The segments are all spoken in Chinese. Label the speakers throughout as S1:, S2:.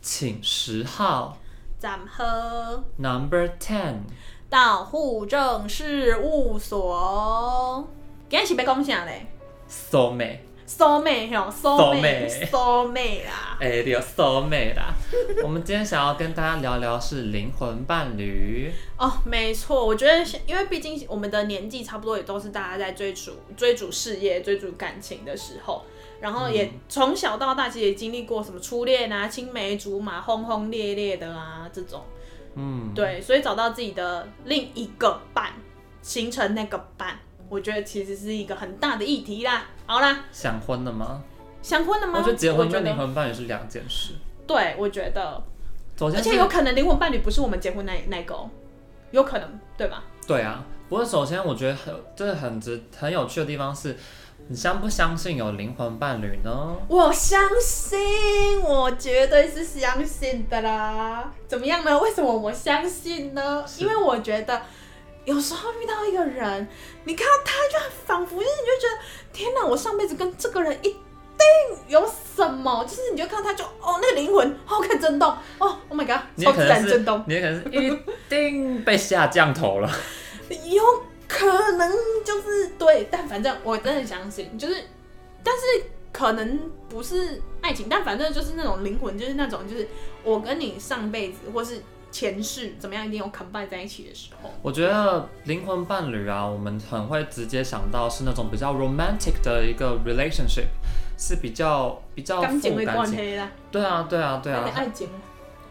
S1: 请十号
S2: 咱们喝
S1: Number Ten。
S2: 到户政事务所，今日是要讲啥嘞？
S1: 骚妹，
S2: 骚妹吼，骚妹，
S1: 骚妹
S2: 骚妹啦！
S1: 哎，有骚妹啦！ 我们今天想要跟大家聊聊是灵魂伴侣，
S2: 哦，没错，我觉得是，因为毕竟我们的年纪差不多，也都是大家在追逐、追逐事业、追逐感情的时候，然后也从小到大，其实也经历过什么初恋啊、青梅竹马、轰轰烈烈的啊这种，
S1: 嗯，
S2: 对，所以找到自己的另一个伴，形成那个伴，我觉得其实是一个很大的议题啦。好啦，
S1: 想婚了吗？
S2: 想婚了吗？
S1: 我觉得哦结婚
S2: 我觉
S1: 跟
S2: 得
S1: 灵魂伴侣是两件事。
S2: 对，我觉得，
S1: 首
S2: 而
S1: 先
S2: 且
S1: 是
S2: 有可能灵魂伴侣不是我们结婚那那一个哦，有可能对吧？
S1: 对啊，不过首先我觉得很这很值很有趣的地方是，你相不相信有灵魂伴侣呢？
S2: 我相信，我绝对是相信的啦。怎么样呢？为什么我相信呢？
S1: 是
S2: 因为我觉得。有时候遇到一个人，你看到他就仿佛就是你就觉得，天哪，我上辈子跟这个人一定有什么，就是你就看到他就哦那个灵魂，哦看震动，哦 Oh my god，
S1: 你
S2: 超
S1: 也可
S2: 自
S1: 能
S2: 然
S1: 是
S2: 震动，，
S1: 你也可能是一定被下降头了。
S2: 有可能就是对，但反正我真的相信，就是，但是可能不是爱情，但反正就是那种灵魂，就是那种就是我跟你上辈子或是前世怎么样，一定有 combine 在一起的时候。
S1: 我觉得灵魂伴侣啊，我们很会直接想到是那种比较 romantic 的一个 relationship，是比较比较
S2: 刚剪
S1: 富
S2: 会
S1: 感
S2: 断
S1: 情。
S2: 黑啦，
S1: 对啊，对啊，对
S2: 有点
S1: 啊。
S2: 爱剪。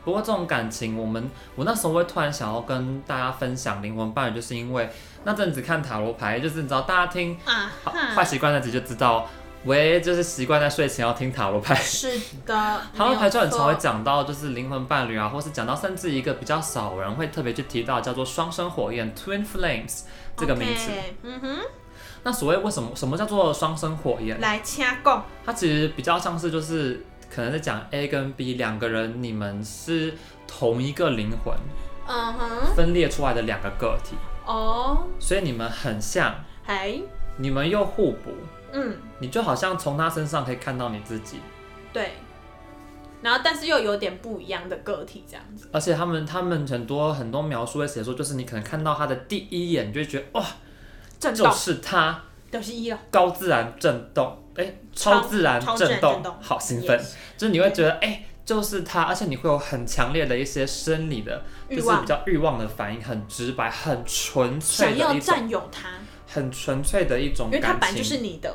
S1: 不过这种感情，我们我那时候会突然想要跟大家分享灵魂伴侣，就是因为那阵子看塔罗牌，就是你知道大家听
S2: 啊
S1: 好坏
S2: 哈，
S1: 习惯那集就知道，喂，就是习惯在睡前要听塔罗牌。
S2: 是的，
S1: 塔罗牌就很常会
S2: 没有错
S1: 讲到，就是灵魂伴侣啊，或是讲到甚至一个比较少人会特别去提到叫做双生火焰 （Twin Flames） 这个名词。
S2: OK，嗯哼，
S1: 那所谓为什么什么叫做双生火焰？
S2: 来掐供，
S1: 它其实比较像是就是可能在讲 A 跟 B 两个人，你们是同一个灵魂
S2: 嗯哼，
S1: 分裂出来的两个个体，
S2: 哦，
S1: 所以你们很像，
S2: 还，
S1: 你们又互补，
S2: 嗯，
S1: 你就好像从他身上可以看到你自己。
S2: 对，然后但是又有点不一样的个体这样子。
S1: 而且他们他们很多很多描述会写说，就是你可能看到他的第一眼，你就会觉得哇，
S2: 震
S1: 就
S2: 动
S1: 是他
S2: 就是一了，
S1: 高自然震动，哎、
S2: 超
S1: 超自然
S2: 超自然
S1: 震动
S2: 震，动
S1: 好兴奋
S2: Yes
S1: 就是你会觉得哎、就是他，而且你会有很强烈的一些生理的，就
S2: 欲
S1: 是
S2: 望
S1: 比较欲望的反应，很直白、很纯粹
S2: 想
S1: 的
S2: 要
S1: 一种，
S2: 占有它，
S1: 很纯粹的一种
S2: 因为它
S1: 感
S2: 本来
S1: 情，
S2: 就是你的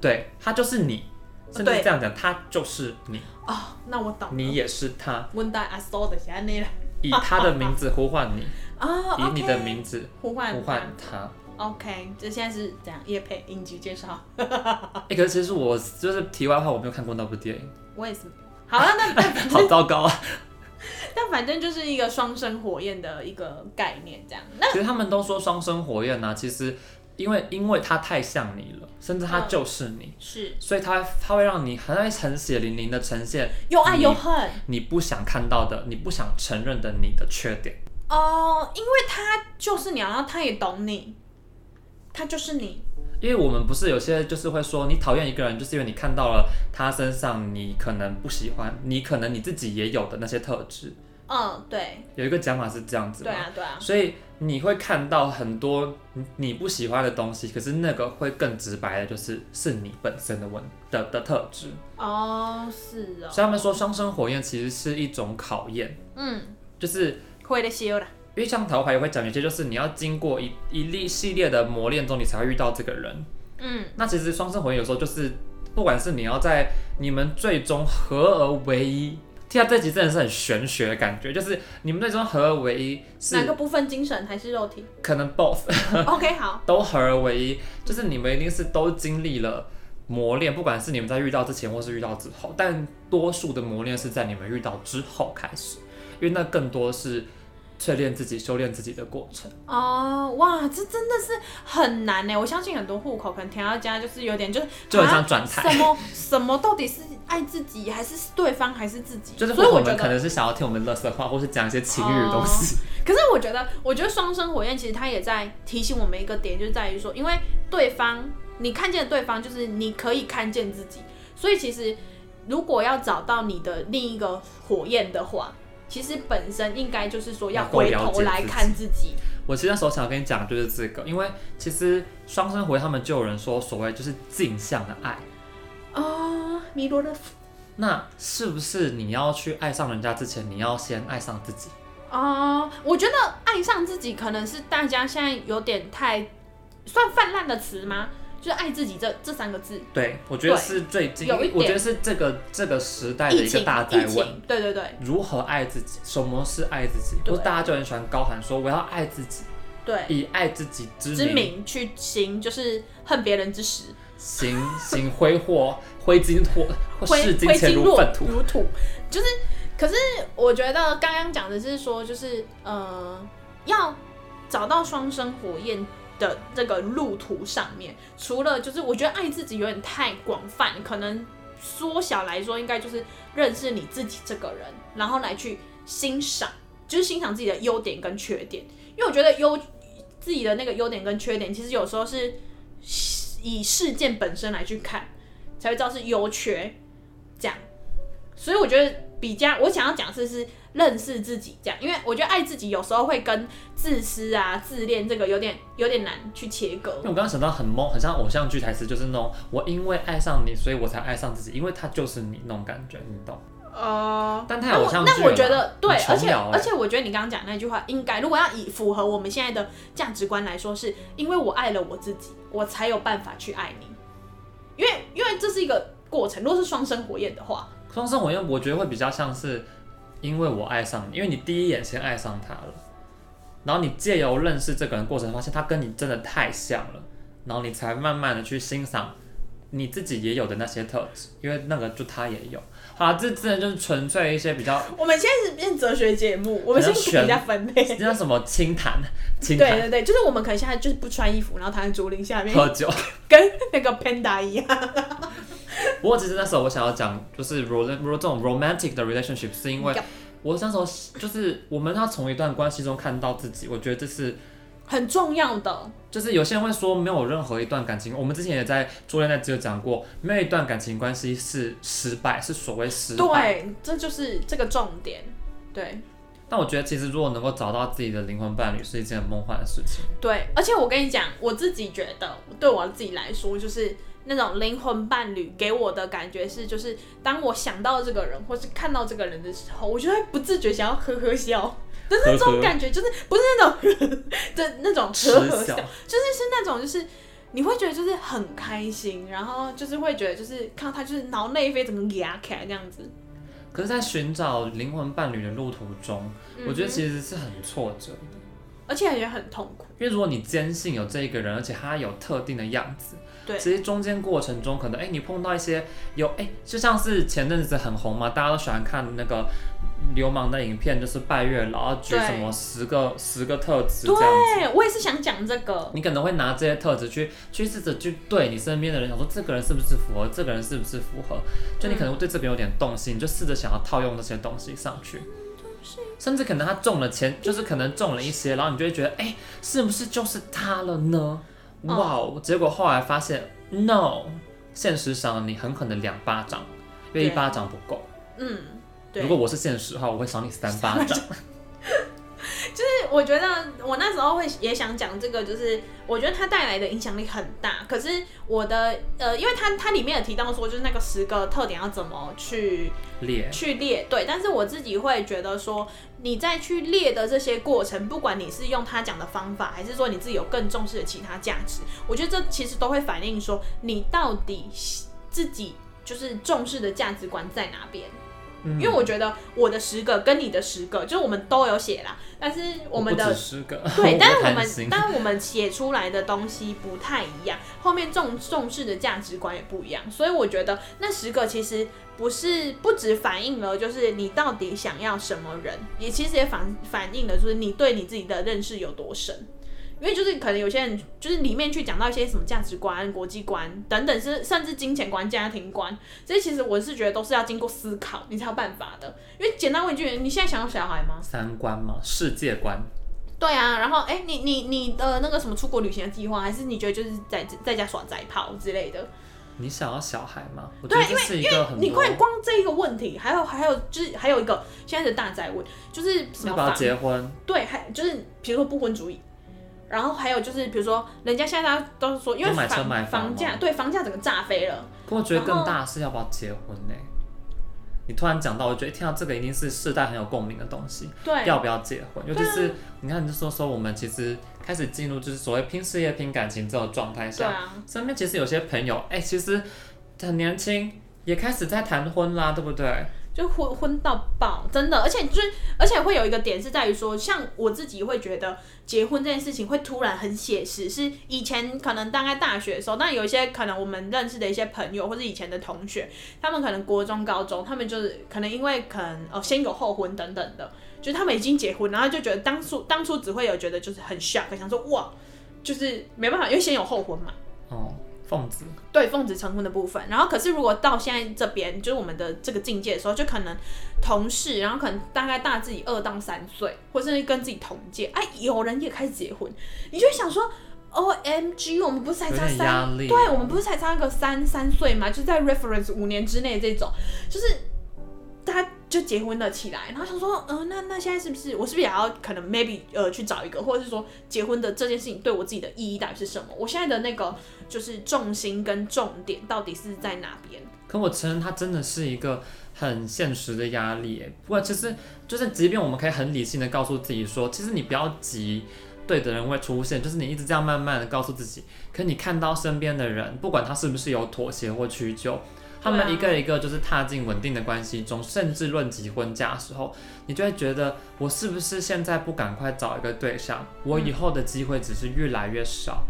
S1: 对，他就是你，甚至
S2: 对
S1: 这样讲，他就是你，
S2: 哦。那我懂了，
S1: 你也是他，
S2: 温带阿苏的是安尼啦
S1: 以他的名字呼唤你，
S2: 啊，
S1: 以你的
S2: 哦 OK，
S1: 名字
S2: 呼唤
S1: 呼唤他。
S2: 它 OK，这现在是怎样？叶配影集介绍，哦
S1: 哎、可是其实我就是题外话，我没有看过那部电 影，
S2: 我也是。好了，那 那
S1: 好糟糕啊！
S2: 但反正就是一个双生火焰的一个概念，这样。那
S1: 其实他们都说双生火焰呢、啊，其实因为因为它太像你了，甚至它
S2: 嗯
S1: 就是你，
S2: 是
S1: 所以它它会让你很很血淋淋的呈现
S2: 又爱
S1: 你
S2: 又恨
S1: 你不想看到的、你不想承认的你的缺点。
S2: 哦，因为他就是你，然后他也懂你，他就是你，
S1: 因为我们不是有些就是会说，你讨厌一个人，就是因为你看到了他身上你可能不喜欢，你可能你自己也有的那些特质。
S2: 嗯，对，
S1: 有一个讲法是这样子嘛
S2: 对啊，对啊，
S1: 所以你会看到很多你你不喜欢的东西，可是那个会更直白的，就是是你本身的问的的特质。
S2: 哦，是哦，
S1: 所以他们说双生火焰其实是一种考验，
S2: 嗯，
S1: 就是
S2: 会的，西欧啦，
S1: 因为像桃牌也会讲，有些就是你要经过一一粒系列的磨练中，你才会遇到这个人。
S2: 嗯，
S1: 那其实双生火焰有时候就是，不管是你要在你们最终合而为一。听到这集真的是很玄学的感觉，就是你们最终合而为一
S2: 哪个
S1: 是
S2: 部分精神还是 肉体
S1: 可能 both，
S2: ？OK，好，
S1: 都合而为一，就是你们一定是都经历了磨练，不管是你们在遇到之前或是遇到之后，但多数的磨练是在你们遇到之后开始，因为那更多是淬炼自己、修炼自己的过程。
S2: 哦，哇，这真的是很难欸呢。我相信很多户口可能填到家就是有点就是
S1: 就很像
S2: 啊
S1: 转台
S2: 什么什么到底是爱自己还是对方还是自己？
S1: 就是
S2: 所以
S1: 我
S2: 我觉
S1: 们可
S2: 得，哦
S1: 能是想要听我们乐色话，或是讲一些情欲的东西。
S2: 可是我觉得，我觉得双生火焰其实它也在提醒我们一个点，就在于说，因为对方你看见的对方就是你可以看见自己，所以其实如果要找到你的另一个火焰的话，其实本身应该就是说要
S1: 能够
S2: 回
S1: 了解
S2: 头来
S1: 自己
S2: 看自己，
S1: 我其实那时候想跟你讲就是这个，因为其实双生回他们就有人说所谓就是镜像的爱，
S2: 哦，弥罗的
S1: 那是不是你要去爱上人家之前，你要先爱上自己？
S2: 哦，我觉得爱上自己可能是大家现在有点太算泛滥的词吗？就是爱自己这这三个字，
S1: 对，我觉得
S2: 对
S1: 是最近
S2: 有一，点
S1: 我觉得是这个这个时代的
S2: 疫
S1: 一个
S2: 情
S1: 大灾
S2: 疫
S1: 问。
S2: 情，对对对
S1: 如何爱自己？什么是爱自己？
S2: 对
S1: 不是大家就很喜欢高喊说我要爱自己，
S2: 对，
S1: 以爱自己之
S2: 之
S1: 名
S2: 名去行就是恨别人之实，
S1: 行行挥霍 挥金霍
S2: 挥
S1: 视金
S2: 挥
S1: 钱
S2: 金
S1: 如
S2: 若
S1: 粪土。
S2: 如土，就是。可是我觉得刚刚讲的是说，就是呃，要找到双生火焰的这个路途上面，除了就是我觉得爱自己有点太广泛，可能缩小来说，应该就是认识你自己这个人，然后来去欣赏，就是欣赏自己的优点跟缺点。因为我觉得优自己的那个优点跟缺点，其实有时候是以事件本身来去看，才会知道是优缺这样。所以我觉得比较，我想要讲是是认识自己这样，因为我觉得爱自己有时候会跟自私啊、自恋这个有点有点难去切割
S1: 因为。我刚刚想到很懵，很像偶像剧台词，就是那种我因为爱上你，所以我才爱上自己，因为他就是你那种感觉，你懂？
S2: 呃，
S1: 但太
S2: 那
S1: 偶
S2: 我
S1: 像剧
S2: 那我
S1: 了
S2: 觉
S1: 啦
S2: 得对，
S1: 很
S2: 而
S1: 琼
S2: 且
S1: 瑶欸
S2: 而且我觉得你刚刚讲那句话，应该如果要以符合我们现在的价值观来说是，因为我爱了我自己，我才有办法去爱你，因为因为这是一个过程。如果是双生火焰的话，
S1: 双生火焰，我觉得会比较像是，因为我爱上你，因为你第一眼先爱上他了，然后你借由认识这个人过程，发现他跟你真的太像了，然后你才慢慢的去欣赏你自己也有的那些特质，因为那个就他也有。好啦，这真的就是纯粹一些比较，
S2: 我们现在是变哲学节目，我们
S1: 比较
S2: 先
S1: 玄
S2: 给人家分类。
S1: 那叫什么清谈，清
S2: 对
S1: 谈
S2: 对对，就是我们可能现在就是不穿衣服，然后躺在竹林下面，
S1: 喝酒。
S2: 跟那个 panda 一样。
S1: 不过其实那时候我想要讲，就是 ro ro 这种 romantic 的 relationship，是因为
S2: Yup
S1: 我那时候就是我们要从一段关系中看到自己，我觉得这是
S2: 很重要的，
S1: 就是有些人会说，没有任何一段感情，我们之前也在初恋那集有讲过，没有一段感情关系是失败，是所谓失败。
S2: 对，这就是这个重点，对。
S1: 但我觉得，其实如果能够找到自己的灵魂伴侣，是一件很梦幻的事情。
S2: 对，而且我跟你讲，我自己觉得，对我自己来说，就是那种灵魂伴侣给我的感觉是，就是当我想到这个人或是看到这个人的时候，我就会不自觉想要呵 呵笑，就是这
S1: 呵
S2: 种
S1: 呵
S2: 感觉，就是不是那种的那种呵呵
S1: 吃小，
S2: 笑就是是那种就是。你会觉得就是很开心，然后就是会觉得就是看到他就是脑内飞怎么压起来这样子，
S1: 可是，在寻找灵魂伴侣的路途中，
S2: 嗯
S1: 我觉得其实是很挫折的，
S2: 而且也很痛苦。
S1: 因为如果你坚信有这一个人，而且他有特定的样子，
S2: 对
S1: 其实中间过程中，可能哎、你碰到一些有哎、就像是前阵子很红嘛，大家都喜欢看那个流氓的影片，就是拜月老，要举
S2: 对
S1: 什么十个十个特质这样子。
S2: 对，哎我也是想讲这个，
S1: 你可能会拿这些特质去去试着去对你身边的人，想说这个人是不是符合，这个人是不是符合，就你可能会对这个人有点动心，你就试着想要套用这些东西上去，甚至可能他中了前，就是可能中了一些，然后你就会觉得，哎、是不是就是他了呢？
S2: 嗯
S1: 哇、哦！结果后来发现，no，现实上你狠狠的两巴掌，因为一
S2: 对
S1: 巴掌不够。
S2: 嗯，对。
S1: 如果我是现实的话，我会赏你三巴 掌。
S2: 我觉得我那时候会也想讲这个，就是我觉得它带来的影响力很大。可是我的呃，因为它它里面有提到说，就是那个十个特点要怎么去
S1: 脸
S2: 去列，对。但是我自己会觉得说，你在去列的这些过程，不管你是用他讲的方法，还是说你自己有更重视的其他价值，我觉得这其实都会反映说你到底自己就是重视的价值观在哪边。
S1: 嗯
S2: 因为我觉得我的十个跟你的十个，就是我们都有写啦，但是我们
S1: 不
S2: 的
S1: 止十个，
S2: 对，
S1: 不
S2: 但是我
S1: 贪
S2: 们
S1: 心
S2: 但我们写出来的东西不太一样，后面重重视的价值观也不一样，所以我觉得那十个其实不是不只反映了就是你到底想要什么人，也其实也反反映了就是你对你自己的认识有多深。因为就是可能有些人就是里面去讲到一些什么价值观、国际观等等，是甚至金钱观、家庭观，这些其实我是觉得都是要经过思考你才有办法的。因为简单问一句，你现在想要小孩吗？
S1: 三观嘛，世界观。
S2: 对啊，然后哎、你你你的那个什么出国旅行的计划，还是你觉得就是在在家耍宅炮之类的？
S1: 你想要小孩吗？我觉
S2: 对
S1: 得这是一个呃很
S2: 你
S1: 多
S2: 看光这一个问题，还有还有就是还有一个现在的大宅问，就是什
S1: 要
S2: 么
S1: 不要
S2: 房
S1: 结婚？
S2: 对，还就是比如说不婚主义，然后还有就是比如说人家现在大家都是说，因为
S1: 都买
S2: 房
S1: 车买房
S2: 房
S1: 吗
S2: 价对房价整个炸飞了，
S1: 可我觉得
S2: 然后
S1: 更大的是要不要结婚呢、你突然讲到，我觉得哎听到这个一定是世代很有共鸣的东西。
S2: 对，啊
S1: 要不要结婚，尤其是你看，你就说说我们其实开始进入就是所谓拼事业、拼感情这种状态
S2: 对
S1: 下，
S2: 啊，
S1: 身边其实有些朋友，哎、其实很年轻，也开始在谈婚啦，对不对？
S2: 就昏昏到爆，真的，而且就是而且会有一个点是在于说，像我自己会觉得结婚这件事情会突然很写实，是以前可能大概大学的时候，但有一些可能我们认识的一些朋友或者以前的同学，他们可能国中、高中，他们就是可能因为可能哦先有后婚等等的，就是他们已经结婚，然后就觉得当初当初只会有觉得就是很 shock，想说哇，就是没办法，因为先有后婚嘛。
S1: 哦，奉子，
S2: 对奉子成婚的部分，然后可是如果到现在这边，就是我们的这个境界的时候，就可能同事，然后可能大概大自己二到三岁，或是跟自己同届，哎，有人也开始结婚，你就会想说，O M G，我们不是才
S1: 有
S2: 差
S1: 点压
S2: 三，
S1: 力。
S2: 对啊我们不是才差个三三岁嘛，就在 reference 五年之内这种，就是他就结婚了起来，然后想说，嗯、那那现在是不是我是不是也要可能 maybe 呃去找一个，或者是说结婚的这件事情对我自己的意义到底是什么？我现在的那个就是重心跟重点到底是在哪边？
S1: 可我承认，它真的是一个很现实的压力耶。不过其实就是，即便我们可以很理性的告诉自己说，其实你不要急，对的人会出现。就是你一直这样慢慢的告诉自己，可你看到身边的人，不管他是不是有妥协或屈就。他
S2: 对
S1: 们
S2: 啊
S1: 一个一个就是踏进稳定的关系中，甚至论及婚嫁的时候，你就会觉得我是不是现在不赶快找一个对象，我以后的机会只是越来越少。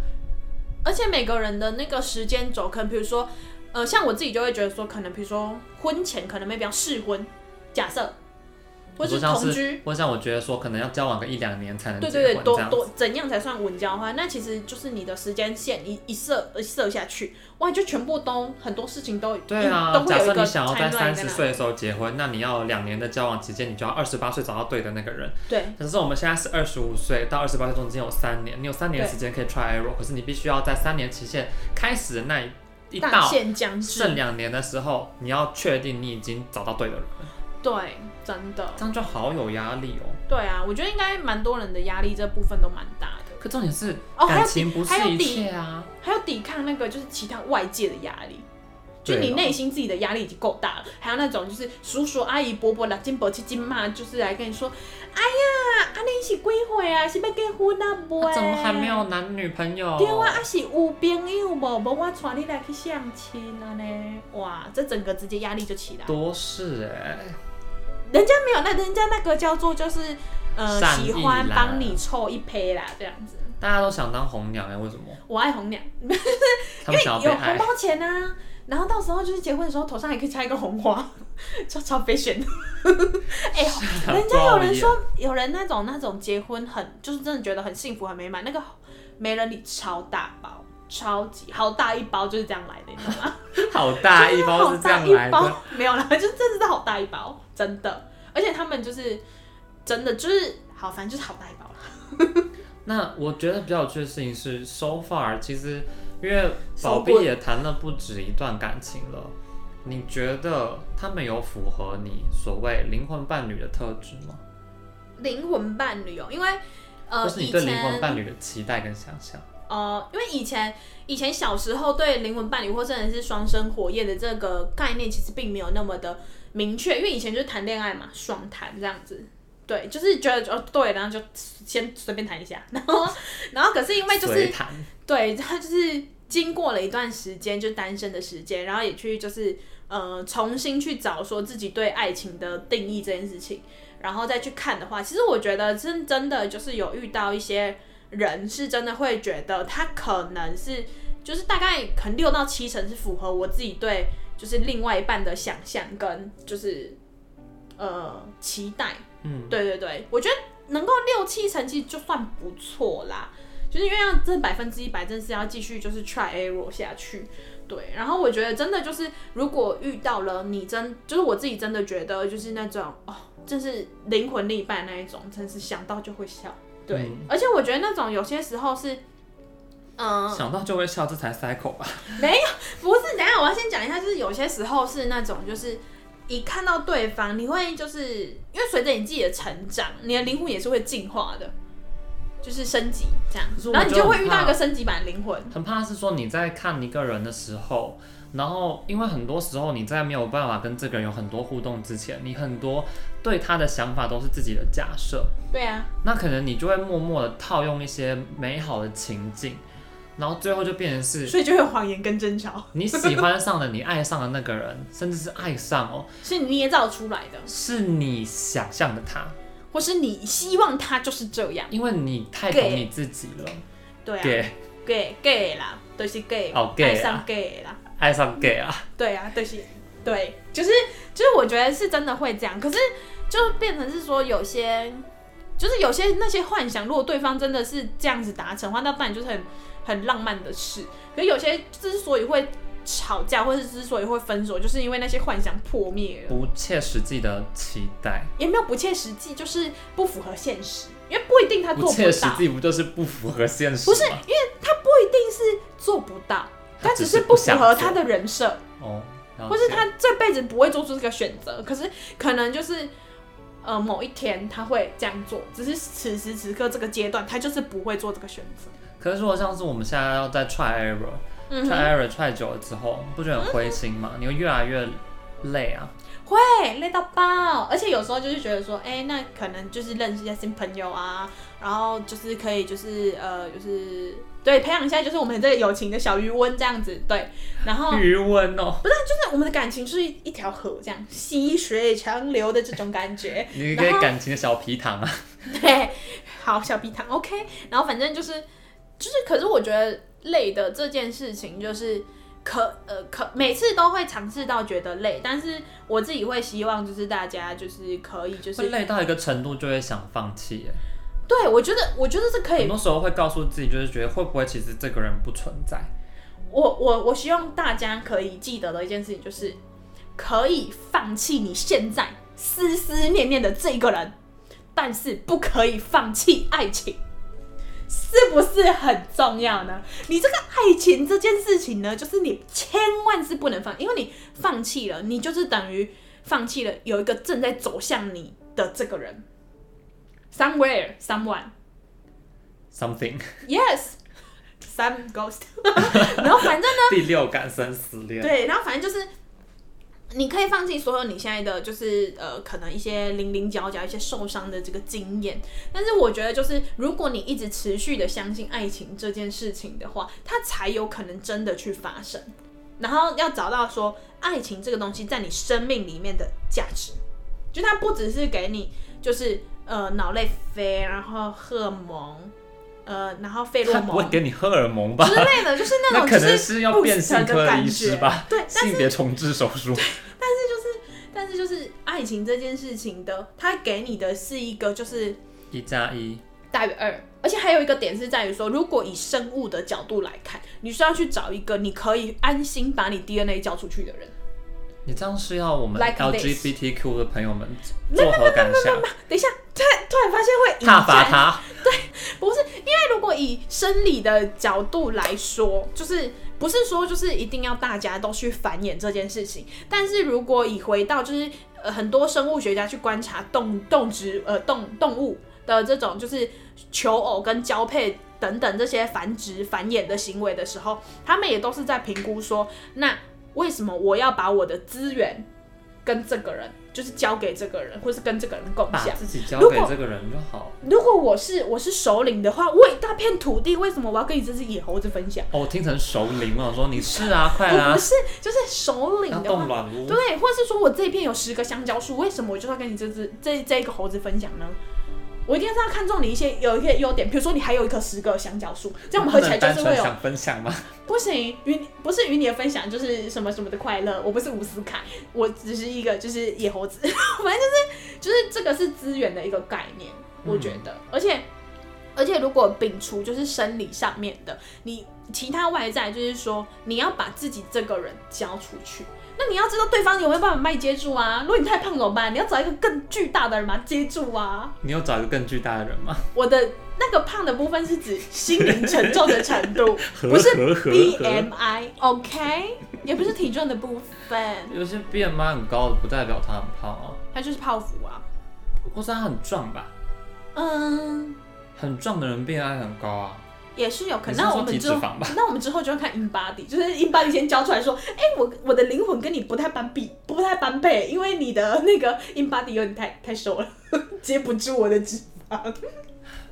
S2: 而且每个人的那个时间轴，可能比如说，呃，像我自己就会觉得说，可能比如说婚前可能 maybe 要试婚，假设，或
S1: 你
S2: 是
S1: 说像
S2: 同居，
S1: 或像我觉得说，可能要交往个一两年才能结
S2: 对
S1: 婚，
S2: 对对，多
S1: 这样子
S2: 多怎样才算稳交换？那其实就是你的时间线一一设一设下去，哇，就全部都很多事情都
S1: 对
S2: 嗯
S1: 啊
S2: 都，会
S1: 假
S2: 有一
S1: 设
S2: 个
S1: 你想要在
S2: timeline
S1: 三
S2: 在
S1: 十
S2: 那
S1: 岁的时候结婚，那你要两年的交往期间，你就要二十八岁找到对的那个人。
S2: 对
S1: 可是我们现在是二十五岁到二十八岁中间有三年，你有三年
S2: 对
S1: 时间可以 try error，可是你必须要在三年期限开始的那一一
S2: 大
S1: 到
S2: 限将
S1: 剩
S2: 至，
S1: 两年的时候，你要确定你已经找到对的人了，
S2: 对，真的，
S1: 这样就好有压力哦。
S2: 对啊，我觉得应该蛮多人的压力这部分都蛮大的，
S1: 可重点是
S2: 哦还有
S1: 感情不
S2: 还
S1: 是
S2: 有
S1: 一
S2: 底
S1: 切啊，
S2: 还有抵抗那个就是其他外界的压力。就
S1: 对
S2: 你
S1: 哦
S2: 内心自己的压力已经够大了，还有那种就是叔叔阿姨伯伯两金伯七金骂，就是来跟你说，哎呀，阿你是几岁啊？是要结婚啊不？
S1: 那怎么还没有男女朋友？
S2: 对啊，啊是有朋友无，无我带你来去相亲啊呢。哇，这整个直接压力就起来。
S1: 多事哎、
S2: 人家没有，那人家那个叫做就是呃
S1: 善意
S2: 喜
S1: 啦
S2: 欢帮你凑一胚啦，这样子。
S1: 大家都想当红娘哎、为什么？
S2: 我爱红娘，
S1: 他们哦想要被
S2: 有红
S1: 爱。
S2: 包钱啊，然后到时候就是结婚的时候头上还可以插一个红花， 超超 fashion。哎、 人家有人说，有人那种那种结婚很就是真的觉得很幸福很美满，那个媒人礼超大包，超级好大一包，就是这样来的，你知道吗？
S1: 好大一包
S2: 好
S1: 是这
S2: 大
S1: 样
S2: 一
S1: 来的，
S2: 包，没有啦， 就真的是好大一包，真的。而且他们就是真的就是好，反正就是好大一包啦。
S1: 那我觉得比较有趣的事情是，so far 其实因为宝
S2: 手棍
S1: 碧也谈了不止一段感情了，你觉得他们有符合你所谓灵魂伴侣的特质吗？
S2: 灵魂伴侣哦，因为呃
S1: 或是你
S2: 以
S1: 对灵魂
S2: 前
S1: 伴侣的期待跟想象？
S2: 呃，因为以前以前小时候对灵魂伴侣或甚至是双生火焰的这个概念，其实并没有那么的明确，因为以前就是谈恋爱嘛，爽谈这样子。对，就是觉得哦对，然后就先随便谈一下，然后然后可是因为就是
S1: 随谈
S2: 对他就是经过了一段时间，就单身的时间，然后也去就是呃重新去找说自己对爱情的定义这件事情，然后再去看的话，其实我觉得真真的就是有遇到一些人是真的会觉得他可能是就是大概可能六到七成是符合我自己对就是另外一半的想象跟就是呃期待。
S1: 嗯，
S2: 对对对，我觉得能够六七成其实就算不错啦，就是因为要这百分之一百，真是要继续就是 try error 下去。对，然后我觉得真的就是，如果遇到了你真，就是我自己真的觉得就是那种哦，真是灵魂另一半那一种，真是想到就会笑。对，
S1: 嗯
S2: 而且我觉得那种有些时候是嗯、
S1: 想到就会笑，这才 cycle 吧？
S2: 不是，等一下我要先讲一下，就是有些时候是那种，就是一看到对方，你会就是因为随着你自己的成长，你的灵魂也是会进化的，就是升级这样
S1: 可是，我
S2: 然后你
S1: 就
S2: 就会
S1: 很
S2: 遇到
S1: 怕
S2: 一个升级版的灵魂。
S1: 很怕是说你在看一个人的时候，然后因为很多时候你在没有办法跟这个人有很多互动之前，你很多对他的想法都是自己的假设，
S2: 对啊，
S1: 那可能你就会默默的套用一些美好的情境，然后最后就变成是
S2: 所以就会有谎言跟争吵，
S1: 你喜欢上了你爱上了那个人，甚至是爱上哦，
S2: 是你捏造出来的，
S1: 是你想象的他，
S2: 或是你希望他就是这样。
S1: 因为你太懂
S2: Gay
S1: 你自己了，
S2: 对啊
S1: gay
S2: ，gay gay 啦，对是 gay，
S1: 哦
S2: 爱
S1: gay
S2: 上
S1: 啊，
S2: gay 啦。
S1: 爱上 gay 啊，
S2: 对啊，对是，对，就是就是，我觉得是真的会这样，可是就变成是说有些，就是有些那些幻想，如果对方真的是这样子达成的话，那当然就是很很浪漫的事。可是有些之所以会吵架，或者是之所以会分手，就是因为那些幻想破灭了，
S1: 不切实际的期待。
S2: 也没有不切实际，就是不符合现实，因为不一定他
S1: 不
S2: 做
S1: 切
S2: 不
S1: 实
S2: 到，
S1: 际不就是不符合现实吗？
S2: 不是因为他不一定是做不到，
S1: 他
S2: 他
S1: 只
S2: 只
S1: 是
S2: 是
S1: 不
S2: 不
S1: 想
S2: 符
S1: 做
S2: 合他的人设。
S1: 哦，了解
S2: 或是他这辈子不会做出这个选择，可是可能就是呃某一天他会这样做，只是此时此刻这个阶段他就是不会做这个选择。
S1: 可是如果像是我们现在要再 try error、
S2: 嗯
S1: try
S2: 哼，嗯
S1: error try 久了之后，不觉得很灰心吗？你会越来越累啊。
S2: 会累到爆，而且有时候就是觉得说，哎、那可能就是认识一下新朋友啊，然后就是可以就是呃就是对培养一下就是我们这个友情的小余温这样子，对，然后
S1: 余温哦，
S2: 就是我们的感情是一一条河这样细水长流的这种感觉，
S1: 你给
S2: 然后
S1: 感情的小皮糖啊。
S2: 对，好，小皮糖，OK。然后反正就是就是，可是我觉得累的这件事情，就是可呃可每次都会尝试到觉得累，但是我自己会希望就是大家就是可以就
S1: 会
S2: 是
S1: 累到一个程度就会想放弃耶，
S2: 对我觉得我觉得是可
S1: 很
S2: 以，
S1: 多时候会告诉自己，就是觉得会不会其实这个人不存在，
S2: 我我我希望大家可以记得的一件事情就是可以放弃你现在思思念念的这一个人，但是不可以放弃爱情，是不是很重要呢？你这个爱情这件事情呢，就是你千万是不能放，因为你放弃了，你就是等于放弃了有一个正在走向你的这个人，somewhere someone。
S1: something
S2: Yes, some ghost 。 然后反正呢，
S1: 第六感生死恋。
S2: 对，然后反正就是，你可以放弃所有你现在的，就是呃，可能一些零零角角、一些受伤的这个经验。但是我觉得，就是如果你一直持续的相信爱情这件事情的话，它才有可能真的去发生。然后要找到说，爱情这个东西在你生命里面的价值，就它不只是给你就是呃脑内啡，然后荷尔蒙，呃，然后费洛
S1: 他不会
S2: 蒙
S1: 给你荷尔蒙吧？
S2: 之类的，就是
S1: 那
S2: 那种
S1: 可
S2: 就
S1: 能
S2: 是
S1: 是要变性科的医师吧，
S2: 对，
S1: 性别重置手术。
S2: 但是就是爱情这件事情的，它给你的是一个就是
S1: 一加一，
S2: 大于二，而且还有一个点是在于说，如果以生物的角度来看，你是要去找一个你可以安心把你 DNA 交出去的人。
S1: 你这样是要我们
S2: Like this
S1: LGBTQ 的朋友们作何感 想？
S2: 等一下，突然突然发现会引
S1: 挞伐
S2: 战，
S1: 他，
S2: 不是因为如果以生理的角度来说，就是不是说就是一定要大家都去繁衍这件事情，但是如果以回到就是呃很多生物学家去观察动动植呃动动物的这种就是求偶跟交配等等这些繁殖繁衍的行为的时候，他们也都是在评估说，那为什么我要把我的资源跟这个人就是交给这个人，或是跟这个人共
S1: 把
S2: 享？
S1: 自己交
S2: 如
S1: 给
S2: 果
S1: 这个人就好。
S2: 如果我是我是首领的话，我有一大片土地，为什么我要跟你这只野猴子分享？
S1: 哦，我听成熟龄了，我说你是啊，快
S2: 我
S1: 啦
S2: 不，是，就是首领
S1: 要
S2: 的
S1: 动
S2: 话，
S1: 软屋。
S2: 对，啊或是说我这一片有十个香蕉树，为什么我就要跟你这只这这一个猴子分享呢？我一定是要看中你一些有一些优点，比如说你还有一棵十个香蕉树，这样我们合
S1: 不
S2: 起来
S1: 能单
S2: 就是会
S1: 纯
S2: 有
S1: 想分享吗？
S2: 不行与你不是与你的分享就是什么什么的快乐，我不是伍思凯，我只是一个就是野猴子， 反正就是就是这个是资源的一个概念，我觉得，而且而且如果摒除就是生理上面的，你其他外在就是说，你要把自己这个人交出去。那你要知道对方有没有办法把你接住啊？如果你太胖怎么办？你要找一个更巨大的人把他接住啊！
S1: 你有找一个更巨大的人吗？
S2: 我的那个胖的部分是指心灵承重的程 度，不是
S1: 呵呵呵
S2: BMI OK，也不是体重的部分，
S1: 有些 BMI 很高的不代表他很胖哦，
S2: 它就是泡芙啊。
S1: 或是他很壮吧？
S2: 嗯，
S1: 很壮的人 BMI 很高啊。
S2: 也是有可
S1: 你
S2: 能。
S1: 是
S2: 那
S1: 说
S2: 我们
S1: 体脂
S2: 之后
S1: 肪吧，
S2: 那我们之后就要看 in body，就是 in body 先交出来说，哎、我我的灵魂跟你不太般比，不太般配，因为你的那个 in body 有点太太瘦了， 接不住我的脂肪。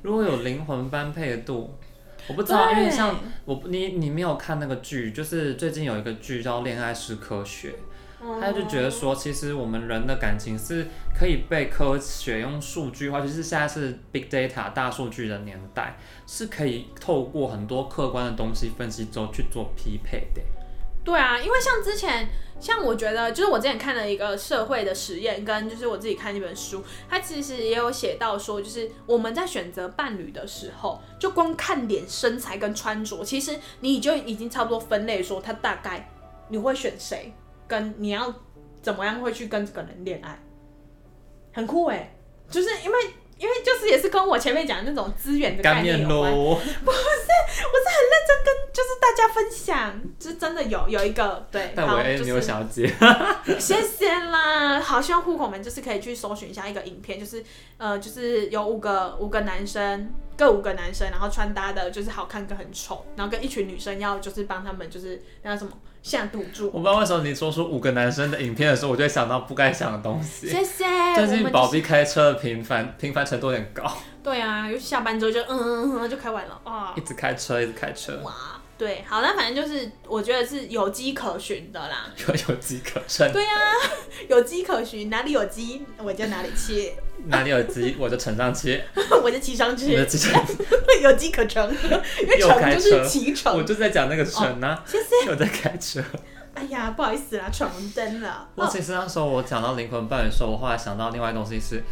S1: 如果有灵魂般配度，我不知道，因为
S2: 对
S1: 像我不你你没有看那个剧，就是最近有一个剧叫《恋爱是科学》，
S2: 哦
S1: 他就觉得说，其实我们人的感情是可以被科学用数据化，就是现在是 big data 大数据的年代，是可以透过很多客观的东西分析之后去做匹配的。
S2: 对啊，因为像之前，像我觉得，就是我之前看了一个社会的实验，跟就是我自己看一本书，它其实也有写到说，就是我们在选择伴侣的时候，就光看脸、身材跟穿着，其实你就已经差不多分类说，他大概你会选谁，跟你要怎么样会去跟这个人恋爱，很酷哎、就是因为。因为就是也是跟我前面讲的那种资源的概
S1: 干
S2: 念
S1: 面
S2: 有关，
S1: 喽，
S2: 就是大家分享，就是真的有有一个对，
S1: 但
S2: 好
S1: 我 A
S2: 就
S1: 没有
S2: 是
S1: 小 姐，
S2: 谢谢啦！好，希望户口们就是可以去搜寻一下一个影片，就是呃，就是有五个五个男生，各五个男生，然后穿搭的就是好看跟很丑，然后跟一群女生要就是帮他们就是那叫什么下赌
S1: 我
S2: 注。
S1: 不知道为什么你说出五个男生的影片的时候，我就会想到不该想的东西。
S2: 谢谢，
S1: 最
S2: 哎我
S1: 近
S2: 们
S1: 宝
S2: 就是
S1: 碧开车的频繁频繁程度有点高，
S2: 对啊，尤其下班之后就嗯嗯嗯嗯就开完了啊
S1: 一直开车一直开车，
S2: 哇，对，好，那反正就是我觉得是有迹可循的啦，
S1: 有有机可乘，
S2: 啊有迹可循，哪里有迹我就哪里切，
S1: 哪里有机我就乘上去，
S2: 我就骑上
S1: 你的
S2: 去，
S1: 机
S2: 有机可乘，因为
S1: 又
S2: 乘
S1: 开
S2: 就是
S1: 车
S2: 骑乘
S1: 我。就在讲那个乘啊，
S2: 哦谢 谢。
S1: 我在开车。
S2: 哎呀，不好意思啦，闯红灯了。
S1: 我
S2: 哦，
S1: 其实那时候我讲到灵魂伴侣的时候，我后来想到另外一个东西是
S2: 嗯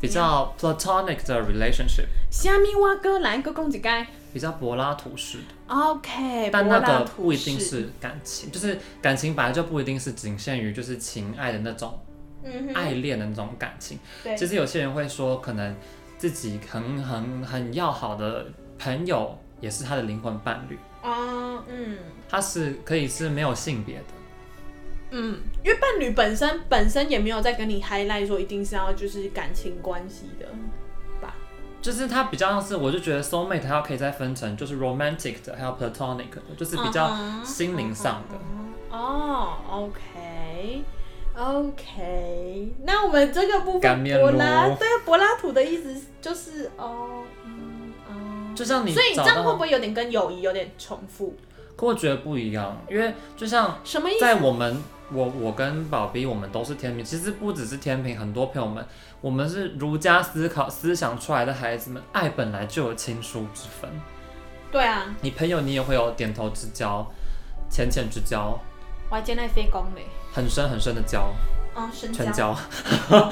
S1: 比较 platonic 的 relationship，
S2: 虾米蛙哥来个公子盖。
S1: 比较柏拉图式的，
S2: OK，
S1: 但那
S2: 柏拉
S1: 个
S2: 图
S1: 不一定
S2: 式，
S1: 是感情，就是感情本来就不一定是仅限于就是情爱的那种
S2: 嗯哼，
S1: 爱恋的那种感情。
S2: 对，
S1: 其实有些人会说，可能自己很很很要好的朋友也是他的灵魂伴侣，
S2: 哦，嗯
S1: 他是可以是没有性别的。
S2: 嗯，因为伴侣本身本身也没有在跟你 highlight 说一定是要就是感情关系的吧？
S1: 就是它比较像是，我就觉得 soul mate 它可以再分成，就是 romantic 的，还有 platonic 的，就是比较
S2: 嗯哼
S1: 心灵上的。
S2: 嗯哼哦，OK。OK，那我们这个部
S1: 干
S2: 分，
S1: 面
S2: 柏拉
S1: 咯
S2: 对啊柏拉图的意思就是哦，嗯哦，
S1: 就像你
S2: 所以你
S1: 找
S2: 这样会
S1: 到，
S2: 不会有点跟友谊有点重复？
S1: 可我觉得不一样，因为就像
S2: 什么意思？
S1: 在我们，我我跟宝碧，我们都是天平，其实不只是天平，很多朋友们，我们是儒家思考思想出来的孩子们，爱本来就有亲疏之分，
S2: 对啊，
S1: 你朋友你也会有点头之交，浅浅之交，
S2: 我还见那飞公嘞，
S1: 很深很深的交，
S2: 嗯，深
S1: 全
S2: 交，
S1: 交，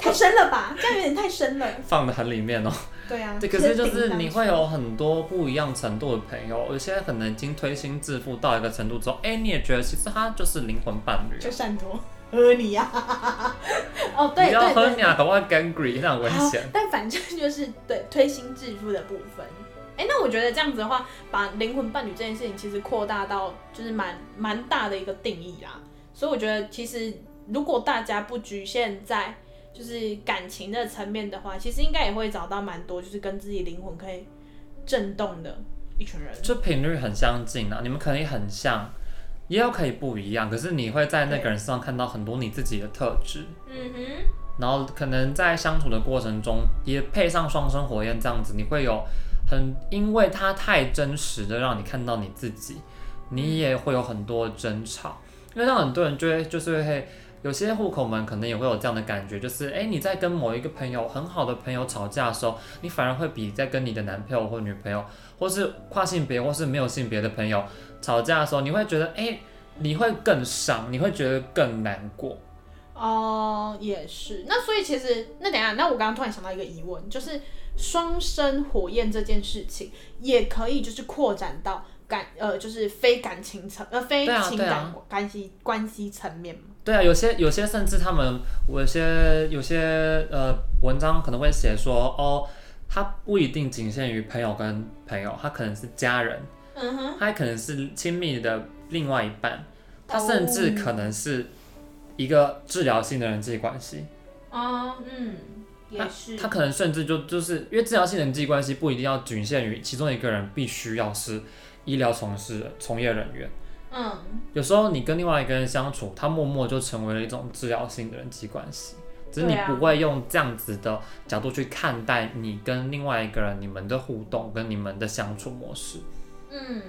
S2: 太深了吧？这样有点太深了。
S1: 放的很里 面哦。
S2: 对啊，
S1: 对，可是就是你会有很多不一样程度的朋友，有些可能已经推心置腹到一个程度之后，哎、你也觉得其实他就是灵魂伴侣啊
S2: 就。善多喝你呀、哦，对
S1: 你要
S2: 对
S1: 喝
S2: 对，
S1: 你啊，搞不好 g a n g r e 那很危
S2: 好
S1: 险。，
S2: 但反正 就是对推心置腹的部分。哎，那我觉得这样子的话，把灵魂伴侣这件事情其实扩大到就是蛮蛮大的一个定义啦。所以我觉得其实如果大家不局限在就是感情的层面的话，其实应该也会找到蛮多就是跟自己灵魂可以震动的一群人。
S1: 就频率很相近啊，你们可能也很像，也有可以不一样，可是你会在那个人身上看到很多你自己的特质，
S2: 嗯哼。
S1: 然后可能在相处的过程中，也配上双生火焰这样子，你会有很，因为它太真实的让你看到你自己，你也会有很多争吵，因为让很多人就会就是会。有些户口们可能也会有这样的感觉，就是哎，诶你在跟某一个朋友很好的朋友吵架的时候，你反而会比在跟你的男朋友或女朋友，或是跨性别或是没有性别的朋友吵架的时候，你会觉得哎，诶你会更伤，你会觉得更难过。
S2: 哦，也是。那所以其实，那等一下，那我刚刚突然想到一个疑问，就是双生火焰这件事情，也可以就是扩展到感呃，就是非感情层呃非
S1: 对啊
S2: 情
S1: 对
S2: 感
S1: 啊
S2: 关系、关系层面嘛。
S1: 对啊，有些有些甚至他们，我有些有些呃文章可能会写说，哦，他不一定仅限于朋友跟朋友，他可能是家人，
S2: 嗯哼，
S1: 他可能是亲密的另外一半，他
S2: 哦
S1: 甚至可能是一个治疗性的人际关系，
S2: 哦，嗯，也是。
S1: 他可能甚至就就是因为治疗性人际关系不一定要局限于其中一个人必须要是医疗从事人从业人员，
S2: 嗯，
S1: 有时候你跟另外一个人相处，他默默就成为了一种治疗性的人际关系，只是你
S2: 对啊
S1: 不会用这样子的角度去看待你跟另外一个人你们的互动跟你们的相处模式。
S2: 嗯，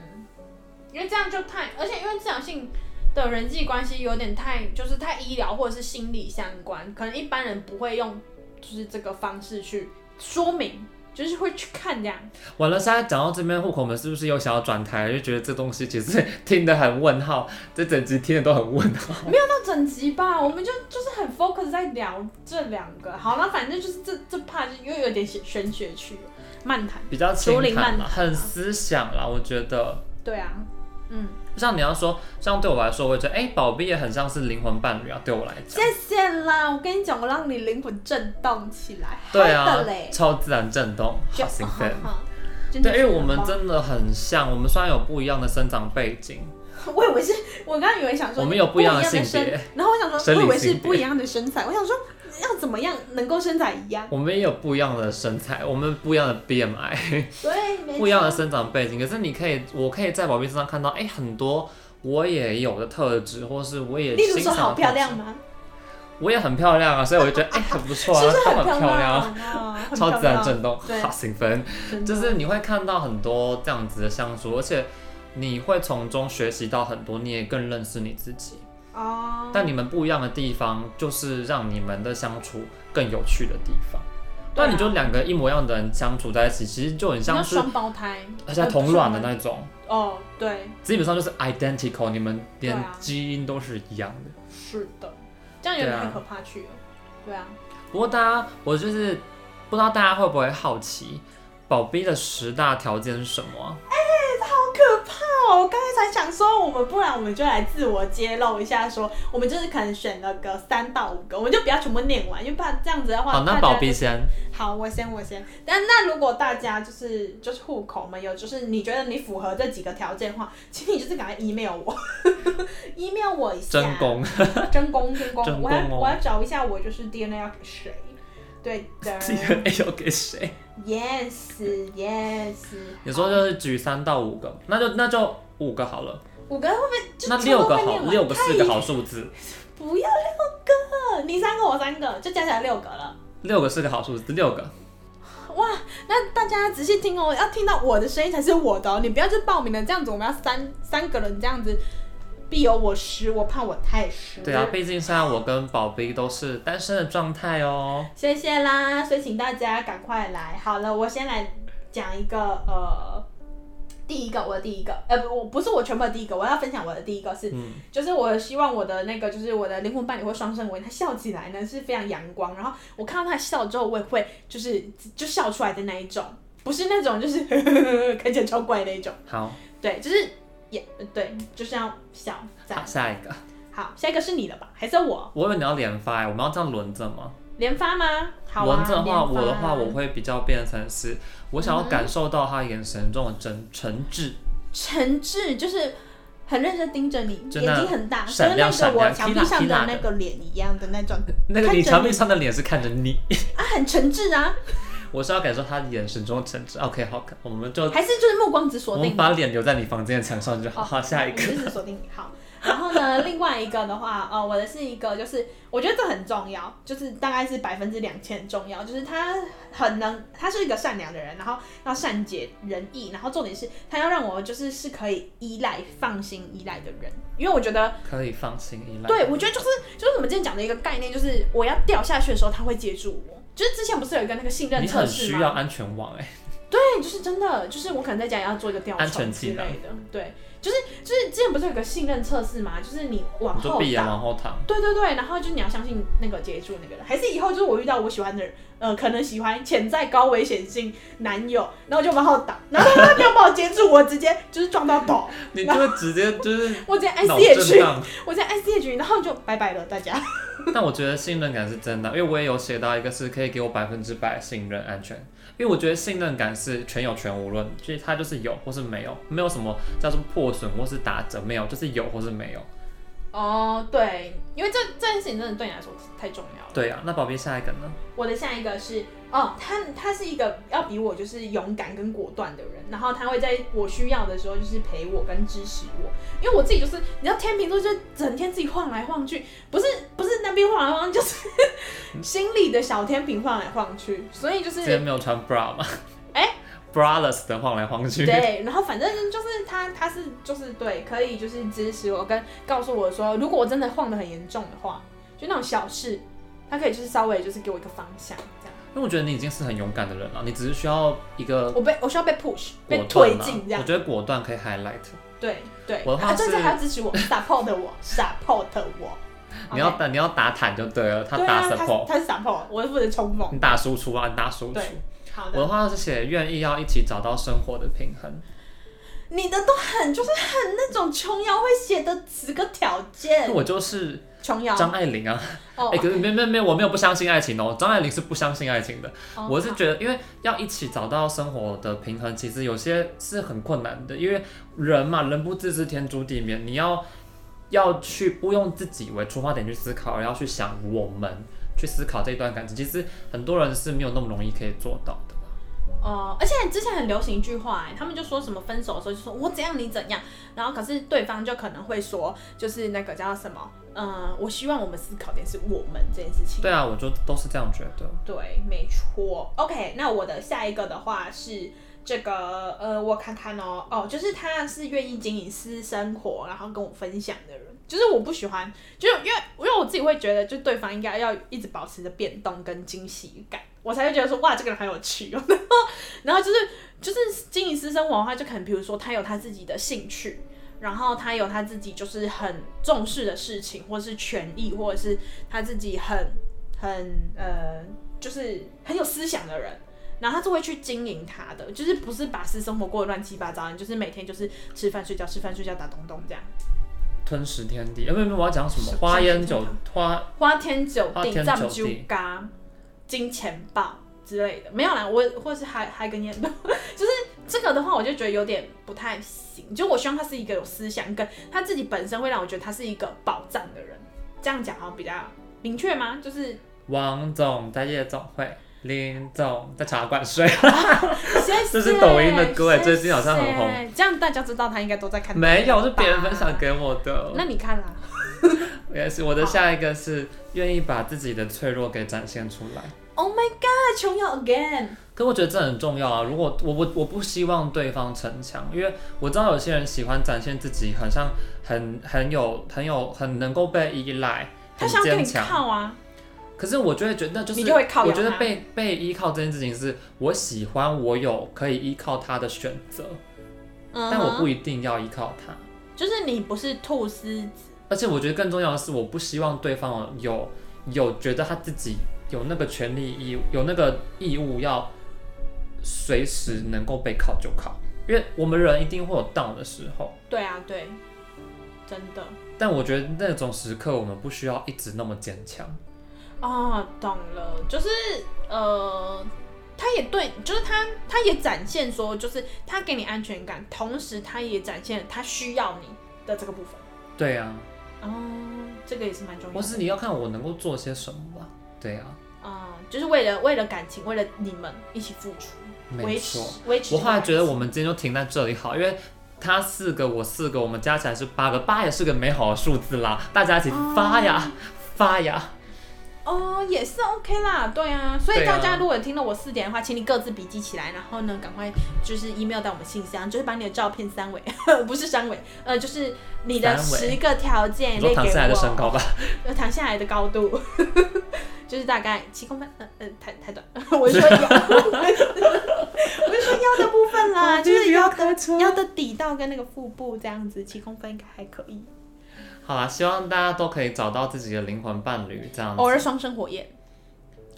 S2: 因为这样就太，而且因为治疗性的人际关系有点太，就是太医疗或者是心理相关，可能一般人不会用就是这个方式去说明，就是会去看这样。
S1: 完了，现在讲到这边，户口们是不是又想要转台？就觉得这东西其实听得很问号，这整集听的都很问 号。
S2: 到整集吧，我们就就是很 focus 在聊这两个。好，那反正就是这这 part 就又有点玄玄学去了，漫谈。
S1: 比较轻
S2: 竹林
S1: 谈
S2: 漫啊
S1: 啦，
S2: 谈
S1: 很思想啦，我觉得。
S2: 对啊，嗯，
S1: 像你要说，像对我来说，我会觉得，哎、宝贝也很像是灵魂伴侣啊，对我来讲
S2: 谢，谢啦，我跟你讲，我让你灵魂震动起来，
S1: 对
S2: 好
S1: 啊
S2: 的嘞，，
S1: 超自然震动，好兴奋。
S2: 好好真的
S1: 对，
S2: 是
S1: 因为我们
S2: 很棒
S1: 真的很像，我们虽然有不一样的生长背景，
S2: 我以为是，我刚刚以为想说
S1: 我们有不
S2: 不
S1: 一样的
S2: 的
S1: 性别
S2: 身，然后我想说，
S1: 生理
S2: 我以为是
S1: 性别
S2: 不一样的身材，我想说要怎么样能够身材一样？
S1: 我们也有不一样的身材，我们不一样的 BMI，
S2: 对，没错
S1: 不一样的生长背景。可是你可以，我可以在宝贝身上看到，哎、很多我也有的特质，或是我也
S2: 例如
S1: 欣
S2: 说
S1: 赏。
S2: 好漂亮，吗？
S1: 我也很漂亮啊，所以我就觉得，哎、很不
S2: 是
S1: 错啊，
S2: 不是
S1: 她
S2: 很
S1: 很
S2: 漂
S1: 漂亮啊，
S2: 亮啊？很
S1: 超自然
S2: 漂啊
S1: 震动，
S2: 对
S1: 好兴奋。
S2: 亮，
S1: 就
S2: 真的
S1: 是你会看到很多这样子的相处，而且你会从中学习到很多，你也更认识你自己。
S2: 哦，
S1: 但你们不一样的地方，就是让你们的相处更有趣的地方。不然你就两个一模一样的人相处在一起，其实就很
S2: 你
S1: 像
S2: 要
S1: 是
S2: 啊双胞胎，
S1: 而且同卵的那种，
S2: 哦，对，
S1: 基本上就是 identical，你们连
S2: 对啊
S1: 基因都是一样的。
S2: 是的，这样有
S1: 啊
S2: 点太可怕去了。对啊，
S1: 不过大家，我就是不知道大家会不会好奇，宝贝的十大条件是什么啊、
S2: 好可怕哦！我刚才才想说，我们不然我们就来自我揭露一下说，我们就是可能选了个三到五个，我们就不要全部念完，因为怕这样子的话，
S1: 好，那
S2: 大家
S1: 宝贝先，
S2: 好，我先我先。但那如果大家就是就是户口们有，就是你觉得你符合这几个条件的话，请你就是赶快 email 我 ，email 我一下。
S1: 真功
S2: 真功真功，
S1: 真
S2: 我要
S1: 功哦
S2: 我要找一下我就是 DNA 要给谁？ 对的
S1: DNA 要哎给谁？
S2: ，yes yes。
S1: 你说就是举三到五个，那就那就五个好了，
S2: 五个会不会就
S1: 那
S2: 全部
S1: 六个
S2: 会
S1: 好
S2: 念，完
S1: 六个
S2: 太
S1: 是个好数字。
S2: 不要六个，你三个我三个，就加起来六个了。
S1: 六个是个好数字，六个。
S2: 哇，那大家仔细听哦，要听到我的声音才是我的、哦，你不要去报名了，这样子我们要三三个人这样子，必有我师，我怕我太师。
S1: 对啊，毕竟现在我跟宝贝都是单身的状态哦。
S2: 谢谢啦，所以请大家赶快来。好了，我先来讲一个呃，第一个我的第一个，呃不，我不是我全部的第一个，我要分享我的第一个是，
S1: 嗯
S2: 就是我希望我的那个就是我的灵魂伴侣或双生为他笑起来呢是非常阳光，然后我看到他笑之后，我也会就是就笑出来的那一种，不是那种就是 看起来超怪那一种，
S1: 好，
S2: 对，就是也对，就是要笑这样
S1: 好。下一个。
S2: 好，下一个是你的吧，还是我
S1: 我以为你要连发欸，我们要这样轮着吗？
S2: 连发吗？好啊，
S1: 轮着的话，
S2: 连
S1: 我
S2: 发
S1: 的话我会比较变成是，我想要感受到他眼神中的真诚挚，
S2: 诚挚，就是很认真盯着你，
S1: 就
S2: 眼
S1: 那
S2: 睛很大，
S1: 啊闪亮
S2: 跟那
S1: 闪
S2: 个我
S1: 亮
S2: 墙壁
S1: Kira-
S2: 上
S1: Kira
S2: 的
S1: 的
S2: 那个脸一样的那种
S1: 那个你
S2: 看着
S1: 墙壁上的脸是看着你，
S2: 啊，很诚挚啊，
S1: 我是要感受他眼神中的诚挚。OK，好，我们就
S2: 还是就是目光只
S1: 呃我
S2: 锁
S1: 们
S2: 定。
S1: 把脸留在你房间的墙上就好。
S2: 哦
S1: 好，下一个
S2: 我。们就是锁定你好。然后呢，另外一个的话，呃，我的是一个，就是我觉得这很重要，就是大概是百分之两千重要，就是他很能，他是一个善良的人，然后要善解人意，然后重点是他要让我就是是可以依赖、放心依赖的人，因为我觉得
S1: 可以放心依赖。
S2: 对，我觉得就是就是我们今天讲的一个概念，就是我要掉下去的时候，他会接住我。就是之前不是有一个那个信任
S1: 你
S2: 测
S1: 很
S2: 试
S1: 需要
S2: 吗？
S1: 安全网哎、
S2: 对，对，就是真的，就是我可能在家也要做一个吊
S1: 安
S2: 床
S1: 全
S2: 之
S1: 气
S2: 类
S1: 囊
S2: 的，对，就是就是之前不是有个信任测试嘛，就是你往
S1: 你就
S2: 后
S1: 闭眼
S2: 倒。
S1: 往后躺，
S2: 对对对，然后就是你要相信那个接住那个人，还是以后就是我遇到我喜欢的人，呃，可能喜欢潜在高危险性男友，然后就往后倒，然后他没有把我接住，我直接就是撞到头，
S1: 你就会直接就是
S2: 我直接 I
S1: 脑
S2: C
S1: 震
S2: H，
S1: 荡。
S2: 我在 I C H，然后就拜拜了大家。
S1: 但我觉得信任感是真的，因为我也有写到一个是可以给我百分之百信任安全，因为我觉得信任感是全有全无论，就是它就是有或是没有，没有什么叫做破损或是打折，没有就是有或是没有。
S2: 哦，对，因为这这件事情真的对你来说太重要了。
S1: 对啊，那宝贝下一个呢？
S2: 我的下一个是，哦，他他是一个要比我就是勇敢跟果断的人，然后他会在我需要的时候就是陪我跟支持我，因为我自己就是，你知道天秤座就是整天自己晃来晃去，不是不是那边晃来晃去，就是 心里的小天平晃来晃去，所以就
S1: 之
S2: 是
S1: 前没有穿 bra 吗？啊
S2: 哎
S1: braless 的晃来晃 去。
S2: 对，然后反正就是他他是就是对，可以就是支持我跟告诉我说，如果我真的晃得很严重的话，就那种小事，他可以就是稍微就是给我一个方向这样。
S1: 因为我觉得你已经是很勇敢的人了，你只是需要一个
S2: 我被我需要被 push 被
S1: 嗯果
S2: 哎推
S1: 断啊
S2: 进这样
S1: 我。觉得果断可以 highlight，
S2: 对对，
S1: 我的话
S2: 啊，就是
S1: 是
S2: 还要支持我，support 我，support 我。
S1: 你要
S2: OK
S1: 打你要打坦就对了，他
S2: 对
S1: 打
S2: 啊，他
S1: support，、
S2: 他是 support，我是负责冲锋。
S1: 你打输出啊，你打输出
S2: 对。好
S1: 我
S2: 的，
S1: 的话是写愿意要一起找到生活的平衡，
S2: 你的都很就是很那种琼瑶会写的十个条件
S1: 那，我就是
S2: 琼瑶
S1: 张爱玲啊。
S2: 哦
S1: 哎、，可是没没没有，我没有不相信爱情哦。张爱玲是不相信爱情的，
S2: 哦
S1: 我是觉得，因为要一起找到生活的平衡，其实有些是很困难的，因为人嘛，人不自知天诛地灭。你要要去不用自己为出发点去思考，而要去想我们去思考这段感情，其实很多人是没有那么容易可以做到的。
S2: 哦，而且之前很流行一句话、哎，他们就说什么分手的时候就说我怎样你怎样，然后可是对方就可能会说，就是那个叫什么，嗯、我希望我们思考点是我们这件事情。
S1: 对啊，我就都是这样觉得。
S2: 对，没错。OK，那我的下一个的话是这个，呃，我看看哦，哦，就是他是愿意经营私生活，然后跟我分享的人。就是我不喜欢，就是因为因为我自己会觉得，就对方应该要一直保持着变动跟惊喜感，我才会觉得说哇，这个人很有趣哦。 然后，然后就是就是经营私生活的话，就可能比如说他有他自己的兴趣。然后他有他自己就是很重视的事情，或是权益，或者是他自己很很呃，就是很有思想的人，然后他是会去经营他的，就是不是把私生活过得乱七八糟，你就是每天就是吃饭睡觉，吃饭睡觉打东东这样，
S1: 吞食天地，哎、没有没有，我要讲什么
S2: 是？
S1: 花烟
S2: 是
S1: 酒
S2: 是
S1: 花
S2: 花天酒
S1: 花
S2: 地、
S1: 天
S2: 藏
S1: 酒
S2: 酒
S1: 地
S2: 嘎、金钱豹之类的，没有啦，我或是还还跟烟，就是这个的话，我就觉得有点不太行。就我希望他是一个有思想跟他自己本身会让我觉得他是一个宝藏的人，这样讲好像比较明确吗？就是
S1: 王总在夜总会，林总在茶馆睡。
S2: 谢谢。
S1: 这是抖音的歌哎最近好像很红
S2: 谢谢。这样大家知道他应该都在看。
S1: 没有，是别人分享。给我的。
S2: 那你看啦、
S1: 也是我的下一个是愿意把自己的脆弱给展现出来。
S2: o h Oh my god，琼瑶 again。
S1: 可我觉得这很重要啊！如果我我我不希望对方逞强，因为我知道有些人喜欢展现自己，好像很很有很有很能够被依赖，
S2: 他
S1: 很
S2: 想要
S1: 坚
S2: 跟你
S1: 强。
S2: 靠啊，
S1: 可是我就会觉得，那就是
S2: 你就会靠
S1: 我
S2: 拢
S1: 觉得
S2: 他
S1: 被被依靠这件事情是我喜欢，我有可以依靠他的选择，
S2: 嗯哼
S1: 但我不一定要依靠他。
S2: 就是你不是吐司，
S1: 而且我觉得更重要的是，我不希望对方有有觉得他自己有那个权利义务，有那个义务要随时能够被靠就靠，因为我们人一定会有 down 的时候，
S2: 对啊，对，真的
S1: 但我觉得那种时刻我们不需要一直那么坚强。
S2: 哦，懂了，就是呃，他也对，就是他他也展现说，就是他给你安全感，同时他也展现了他需要你的这个部分，
S1: 对啊，
S2: 哦，这个也是蛮重要
S1: 或
S2: 的，
S1: 是你要看我能够做些什么吧。对啊，
S2: 啊、就是为了为了感情，为了你们一起付出，
S1: 没
S2: 维
S1: 错
S2: 持。维持。
S1: 我后来觉得我们今天就停在这里好，因为他四个，我四个，我们加起来是八个，八也是个美好的数字啦，大家一起发呀、发呀。
S2: 哦也是 OK 啦，对啊，所以
S1: 对啊
S2: 大家如果听了我四点的话，请你各自笔记起来，然后呢，赶快就是 email 到我们信箱，就是把你的照片三维， 不是三维，呃，就是你的
S1: 三维
S2: 十个条件
S1: 你说
S2: 列给
S1: 唐
S2: 我，
S1: 诗来的身高吧，
S2: 呃，躺下来的高度， 就是 大概七公分，呃呃，太太短，我是说腰，我是说腰的部有
S1: 哦
S2: 啦，就是腰的
S1: 开车
S2: 腰的底到跟那个腹部这样子七公分应该还可以。
S1: 好啊啦，希望大家都可以找到自己的灵魂伴侣，这样子
S2: 偶。尔双生火焰，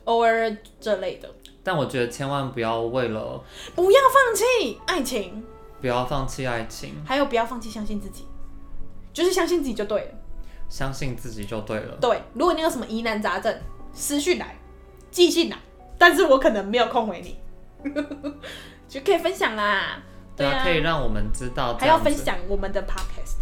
S2: 偶尔这类的，
S1: 但我觉得千万不要为了
S2: 不要放弃爱情，
S1: 不要放弃爱情，
S2: 还有不要放弃相信自己，就是相信自己就对了。
S1: 相信自己就对了。
S2: 对，如果你有什么疑难杂症，私讯来，寄信来，但是我可能没有空回你， 就可以分享啦。
S1: 对啊，可以让我们知道。
S2: 还要分，享我们的 podcast。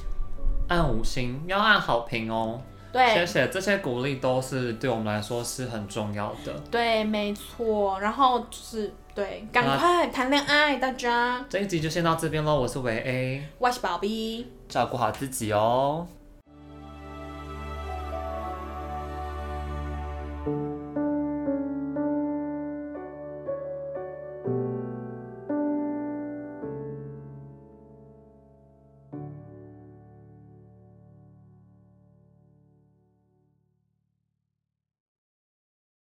S1: 按五星，要按好评哦。谢
S2: 对
S1: 谢，这些鼓励都是对我们来说是很重要的。
S2: 对，没错。然后就是对，赶快谈恋爱，大家
S1: 这一集就先到这边喽，我是维 A，
S2: 我是宝贝。
S1: 照顾好自己哦。